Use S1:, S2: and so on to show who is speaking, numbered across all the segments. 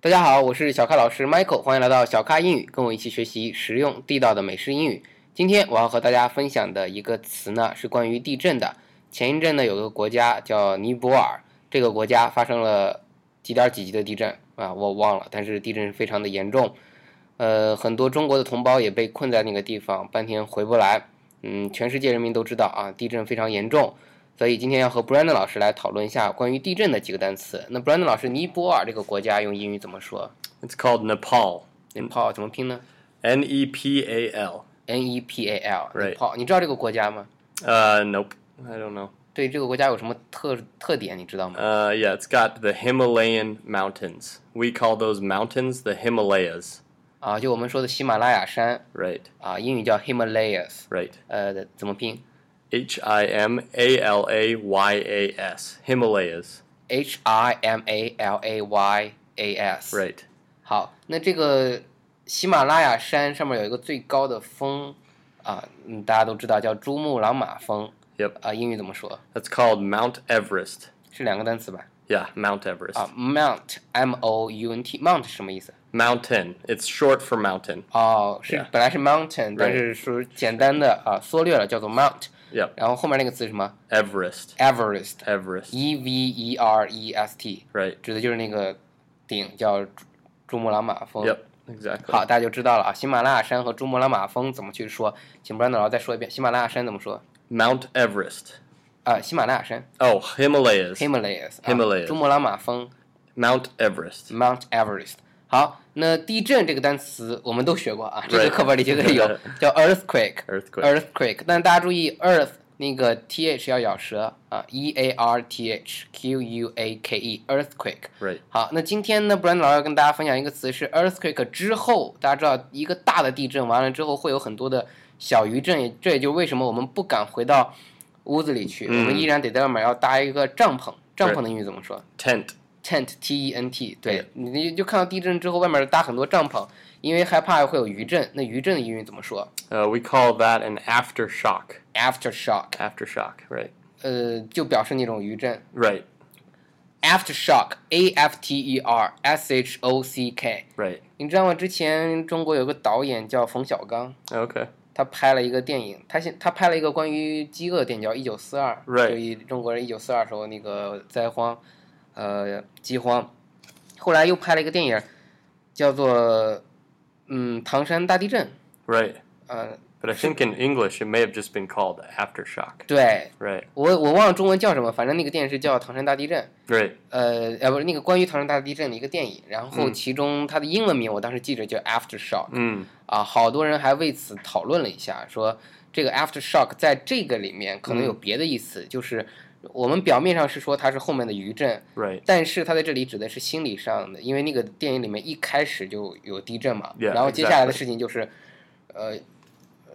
S1: 大家好，我是小咖老师 Michael，欢迎来到小咖英语，跟我一起学习实用地道的美式英语。今天我要和大家分享的一个词呢，是关于地震的。前一阵呢，有个国家叫尼泊尔，这个国家发生了几点几级的地震啊，我忘了，但是地震非常的严重。呃，很多中国的同胞也被困在那个地方，半天回不来。嗯，全世界人民都知道啊，地震非常严重。所以今天要和 Brandon 老师来讨论一下关于地震的几个单词。那 Brandon 老师，尼泊尔这个国家用英语怎么说
S2: It's called Nepal.
S1: ？Nepal 怎么拼呢
S2: N E P A L.
S1: ？N E P A L。
S2: Right
S1: Nepal，你知道这个国家吗？
S2: Uh, nope. I don't know.
S1: 对这个国家有什么特特点，你知道吗？
S2: Uh, yeah, it's got the Himalayan mountains. We call those mountains the Himalayas.
S1: 啊，就我们说的喜马拉雅山
S2: Right,
S1: 啊，英语叫 Himalayas。
S2: right.
S1: 呃，怎么拼
S2: H I M A L A Y A S. Himalayas.
S1: ？H I M A L A Y A S。
S2: Right.
S1: 好，那这个喜马拉雅山上面有一个最高的峰啊，嗯，大家都知道叫珠穆朗玛峰
S2: Yep.
S1: 啊，英语怎么说？
S2: That's called Mount Everest.
S1: 是两个单词吧？
S2: Yeah, Mount Everest.
S1: 啊，mount m o u n t mount 是什么意思？
S2: Mountain. It's short for mountain.
S1: 哦，是
S2: Yeah.
S1: 本来是 mountain，但是是简单的啊缩略了，叫做 mount。
S2: Yep.
S1: 然后后面那个词是什么
S2: Everest.
S1: ？Everest，E
S2: Everest.
S1: V E R E S T，
S2: Right.
S1: 指的就是那个顶，叫珠珠穆朗玛峰。
S2: Yep. Exactly.
S1: 好，大家就知道了啊。喜马拉雅山和珠穆朗玛峰怎么去说？请不让老师再说一遍，喜马拉雅山怎么说？
S2: Mount Everest.
S1: 啊，喜马拉雅山
S2: Oh, Himalayas.
S1: （Himalayas），啊
S2: Himalayas
S1: 珠穆朗玛峰
S2: Mount Everest.
S1: （Mount Everest）。好，那地震这个单词我们都学过啊，这个
S2: Right
S1: 课本里绝对 有，叫 earthquake。
S2: Earthquake.
S1: earthquake，但大家注意 earth 那个 t h 要咬舌啊，e a r t h q u a k e earthquake。
S2: Right.
S1: 好，那今天呢，Brand 老师要跟大家分享一个词是 earthquake 之后，大家知道一个大的地震完了之后会有很多的小余震，也这也就是为什么我们不敢回到屋子里去，
S2: 嗯
S1: 我们依然得在外面要搭一个帐篷。帐篷的英语怎么说
S2: Tent.
S1: ？tent t e n t。
S2: Yeah
S1: 对，你你就看到地震之后，外面搭很多帐篷，因为害怕会有余震。那余震的英语怎么说
S2: Uh, we call that an aftershock.
S1: ？aftershock。
S2: Aftershock. Right.
S1: 呃，就表示那种余震。
S2: Right.
S1: Aftershock，A F T E R S H O C K，
S2: Right.
S1: 你知道吗？之前中国有个导演叫冯小刚，
S2: Okay.
S1: 他拍了一个电影，他现他拍了一个关于饥饿的电影叫《一九四二》，
S2: Right
S1: 就以中国人一九四二时候那个灾荒，呃，饥荒。后来又拍了一个电影，叫做嗯《唐山大地震》，
S2: Right.
S1: 呃，
S2: But I think in English it may have just been called aftershock.
S1: 对
S2: Right.
S1: 我我忘了中文叫什么，反正那个电影是叫《唐山大地震》。
S2: Right.
S1: 呃，呃，不是那个关于唐山大地震的一个电影，然后
S2: 嗯
S1: 其中它的英文名我当时记着叫 Aftershock，
S2: Mm.
S1: 啊，好多人还为此讨论了一下，说这个 Aftershock 在这个里面可能
S2: 嗯
S1: 有别的意思，就是我们表面上是说它是后面的余震，
S2: Right.
S1: 但是它在这里指的是心理上的，因为那个电影里面一开始就有地震嘛
S2: Yeah，
S1: 然后接下来的
S2: exactly
S1: 事情就是，呃，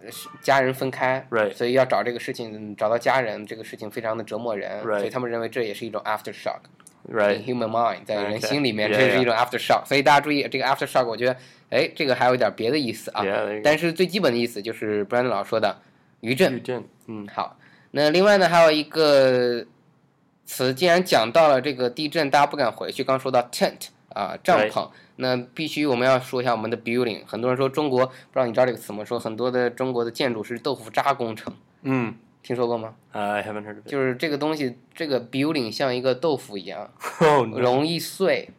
S1: 是家人分开
S2: Right
S1: 所以要找这个事情找到家人，这个事情非常的折磨人
S2: Right
S1: 所以他们认为这也是一种 Aftershock。in
S2: Right.
S1: human mind，在
S2: OK，
S1: 人心里面，
S2: yeah，
S1: 这是
S2: yeah
S1: 一种 aftershock。所以大家注意这个 aftershock，我觉得，哎，这个还有点别的意思啊
S2: Yeah，there you go。
S1: 但是最基本的意思就是 Brandon 老师说的余
S2: You
S1: 震。
S2: didn't. Mm.
S1: 好，那另外呢，还有一个词，既然讲到了这个地震，大家不敢回去。刚说到 tent 啊，帐篷。那必须我们要说一下我们的 building。很多人说中国，不知道你知道这个词吗？说很多的中国的建筑是豆腐渣工程，
S2: Mm.
S1: 听说过吗？
S2: Uh, I haven't heard of it.
S1: 就是这个东西，这个 building 像一个豆腐一样，
S2: Oh no.
S1: 容易碎。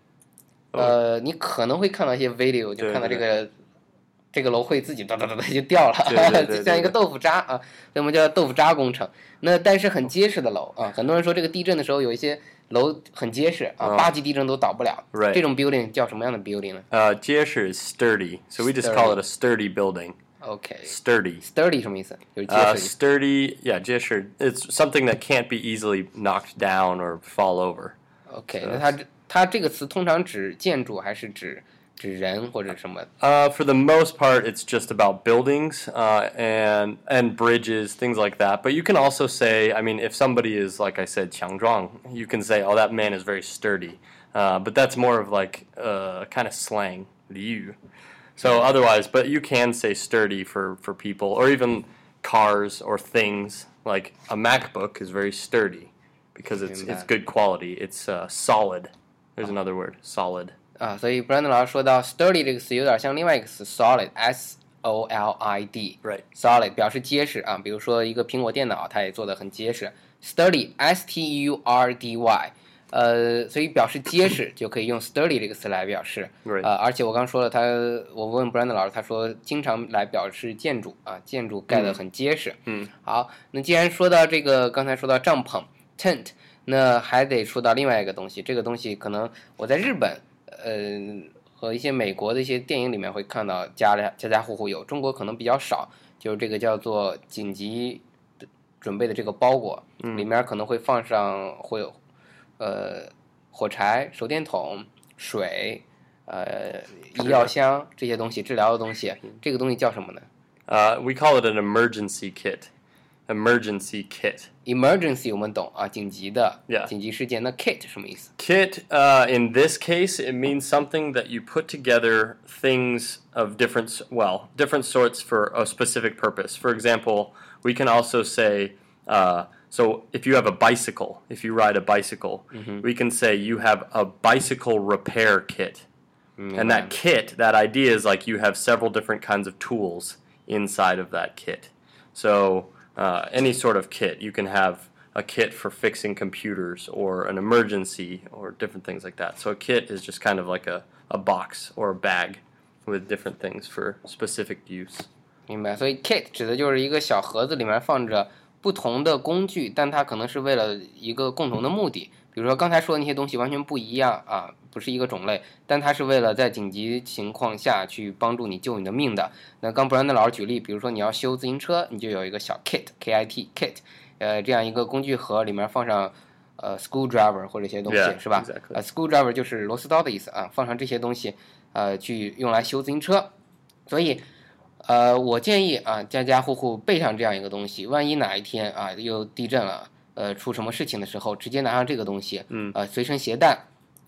S1: 呃，你可能会看到一些 video，就
S2: 嗯对
S1: 看到这
S2: 对
S1: 个这个楼会自己哒哒哒哒就掉了，
S2: 对对对
S1: 就像一个
S2: 对对
S1: 豆腐渣啊，所以我们叫豆腐渣工程。那但是很结实的楼啊，很多人说这个地震的时候有一些楼很结实啊，
S2: 嗯
S1: 八级地震都倒不了。
S2: Right
S1: 这种 building 叫什么样的 building 呢
S2: Uh, Jesher is sturdy, so we just call it a sturdy building. 呃
S1: ？OK，sturdy、
S2: Sturdy.
S1: 什么意思？就是结
S2: Uh,
S1: 实
S2: sturdy. Yeah, Jesher. It's something that can't be easily knocked down or fall over.
S1: 的。OK，那它它这个词通常指建筑还是指指人或者什么？
S2: Uh, for the most part, it's just about buildings uh, and and bridges, things like that. But you can also say, I mean, if somebody is like I said, Qiangzhuang, you can say, oh, that man is very sturdy. Uh, but that's more of like uh, kind of slang, liu. So otherwise, but you can say sturdy for for people or even cars or things. Like a MacBook is very sturdy because it's it's
S1: Impact.
S2: good quality. It's uh, solid. There's another word, solid.
S1: 啊，所以 Brandon 老师说到 sturdy 这个词有点像另外一个词 solid，S O L I D。
S2: Right.
S1: solid 表示结实啊，比如说一个苹果电脑，它也做的很结实。sturdy s t u r d y，呃，所以表示结实就可以用 sturdy 这个词来表示。
S2: Right.
S1: 呃，而且我刚说了他，我问 Brand 老师，他说经常来表示建筑啊，建筑盖得很结实。
S2: 嗯，
S1: 好，那既然说到这个，刚才说到帐篷 tent，那还得说到另外一个东西，这个东西可能我在日本，呃，和一些美国的一些电影里面会看到家家家家户户有，中国可能比较少，就是这个叫做紧急的准备的这个包裹，
S2: 嗯
S1: 里面可能会放上会有，呃，火柴、手电筒、水。呃，医药箱这些东西，治疗的东西，这个东西叫什么呢
S2: Uh, we call it an emergency kit. Emergency kit.
S1: ？emergency 我们懂啊，紧急的
S2: Yeah
S1: 紧急事件。那 kit 什么意思
S2: Kit, uh, in this case, it means something that you put together things of different, s- well, different sorts for a specific purpose. For example, we can also say, uh, so if you have a bicycle, if you ride a bicycle, we can say you have a bicycle repair kit. And that kit, that idea is like you have several different kinds of tools inside of that kit. So uh, any sort of kit, you can have a kit for fixing computers or an emergency or different things like that. So a kit is just kind of like a, a box or a bag with different things for specific use.
S1: 明白，所以 kit 指的就是一个小盒子，里面放着不同的工具，但它可能是为了一个共同的目的。比如说刚才说的那些东西完全不一样啊，不是一个种类，但它是为了在紧急情况下去帮助你救你的命的。那刚布兰登老师举例，比如说你要修自行车，你就有一个小 kit k i t kit，呃，这样一个工具盒，里面放上呃 screwdriver 或者一些东西
S2: Yeah，
S1: 是吧
S2: exactly
S1: 呃，screwdriver 就是螺丝刀的意思啊，放上这些东西，呃，去用来修自行车。所以，呃，我建议啊，家家户户备上这样一个东西，万一哪一天啊又地震了，呃，出什么事情的时候，直接拿上这个东西，
S2: 嗯
S1: 呃，随身携带，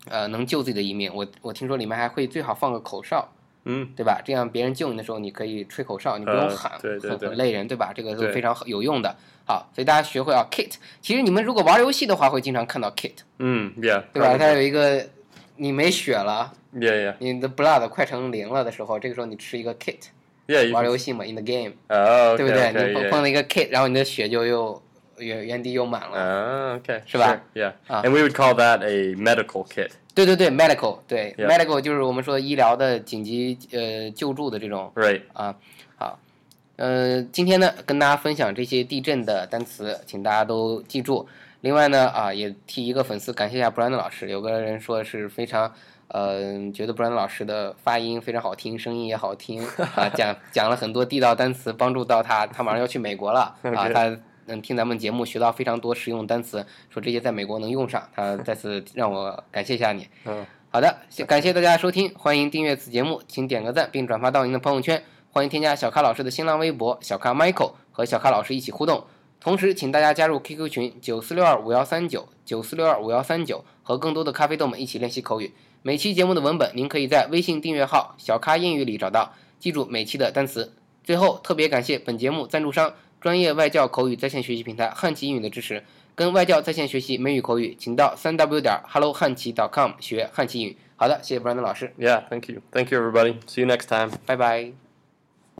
S1: 呃，能救自己的一命。我我听说里面还会最好放个口哨，
S2: Mm.
S1: 对吧？这样别人救你的时候，你可以吹口哨，你不用
S2: 呃
S1: 喊，
S2: 对对
S1: 很
S2: 对
S1: 很累人，对吧？这个
S2: 对
S1: 是非常有用的。好，所以大家学会啊，kit。其实你们如果玩游戏的话，会经常看到 kit，
S2: Mm, yeah.
S1: 对吧？它
S2: probably.
S1: 有一个你没血了，
S2: Yeah, yeah.
S1: 你的 blood 快成零了的时候，这个时候你吃一个 kit，
S2: Yeah, you
S1: 玩
S2: can,
S1: 游戏嘛，in the game。
S2: oh,
S1: 对
S2: okay,
S1: 不
S2: okay,
S1: 对？
S2: yeah,
S1: 你
S2: yeah.
S1: 碰碰了一个 kit，然后你的血就又原原地又满了。
S2: Oh, okay.
S1: Sure.
S2: Sure. Yeah.
S1: Ah.
S2: And we would call that a medical kit.
S1: 对对对，medical，对
S2: Yeah
S1: medical 就是我们说医疗的紧急呃救助的这种
S2: Right.
S1: 啊。好，呃，今天呢跟大家分享这些地震的单词，请大家都记住。另外呢啊，也替一个粉丝感谢一下布兰登老师，有个人说是非常。呃，觉得布兰登老师的发音非常好听，声音也好听啊，讲讲了很多地道单词，帮助到他。他马上要去美国了啊，
S2: OK
S1: 他嗯听咱们节目学到非常多实用单词，说这些在美国能用上。他再次让我感谢一下你。
S2: 嗯，
S1: 好的，谢感谢大家收听，欢迎订阅此节目，请点个赞并转发到您的朋友圈，欢迎添加小咖老师的新浪微博小咖 Michael 和小咖老师一起互动。同时，请大家加入 QQ 群九四六二五幺三九九四六二五幺三九，和更多的咖啡豆们一起练习口语。每期节目的文本，您可以在微信订阅号“小咖英语”里找到。记住每期的单词。最后，特别感谢本节目赞助商专业外教口语在线学习平台汉奇英语的支持。跟外教在线学习美语口语，请到三 w 点 hello 汉奇 .com 学汉奇英语。好的，谢谢布兰登老师，
S2: Yeah. Thank you. Thank you, everybody. See you next time.
S1: 拜拜。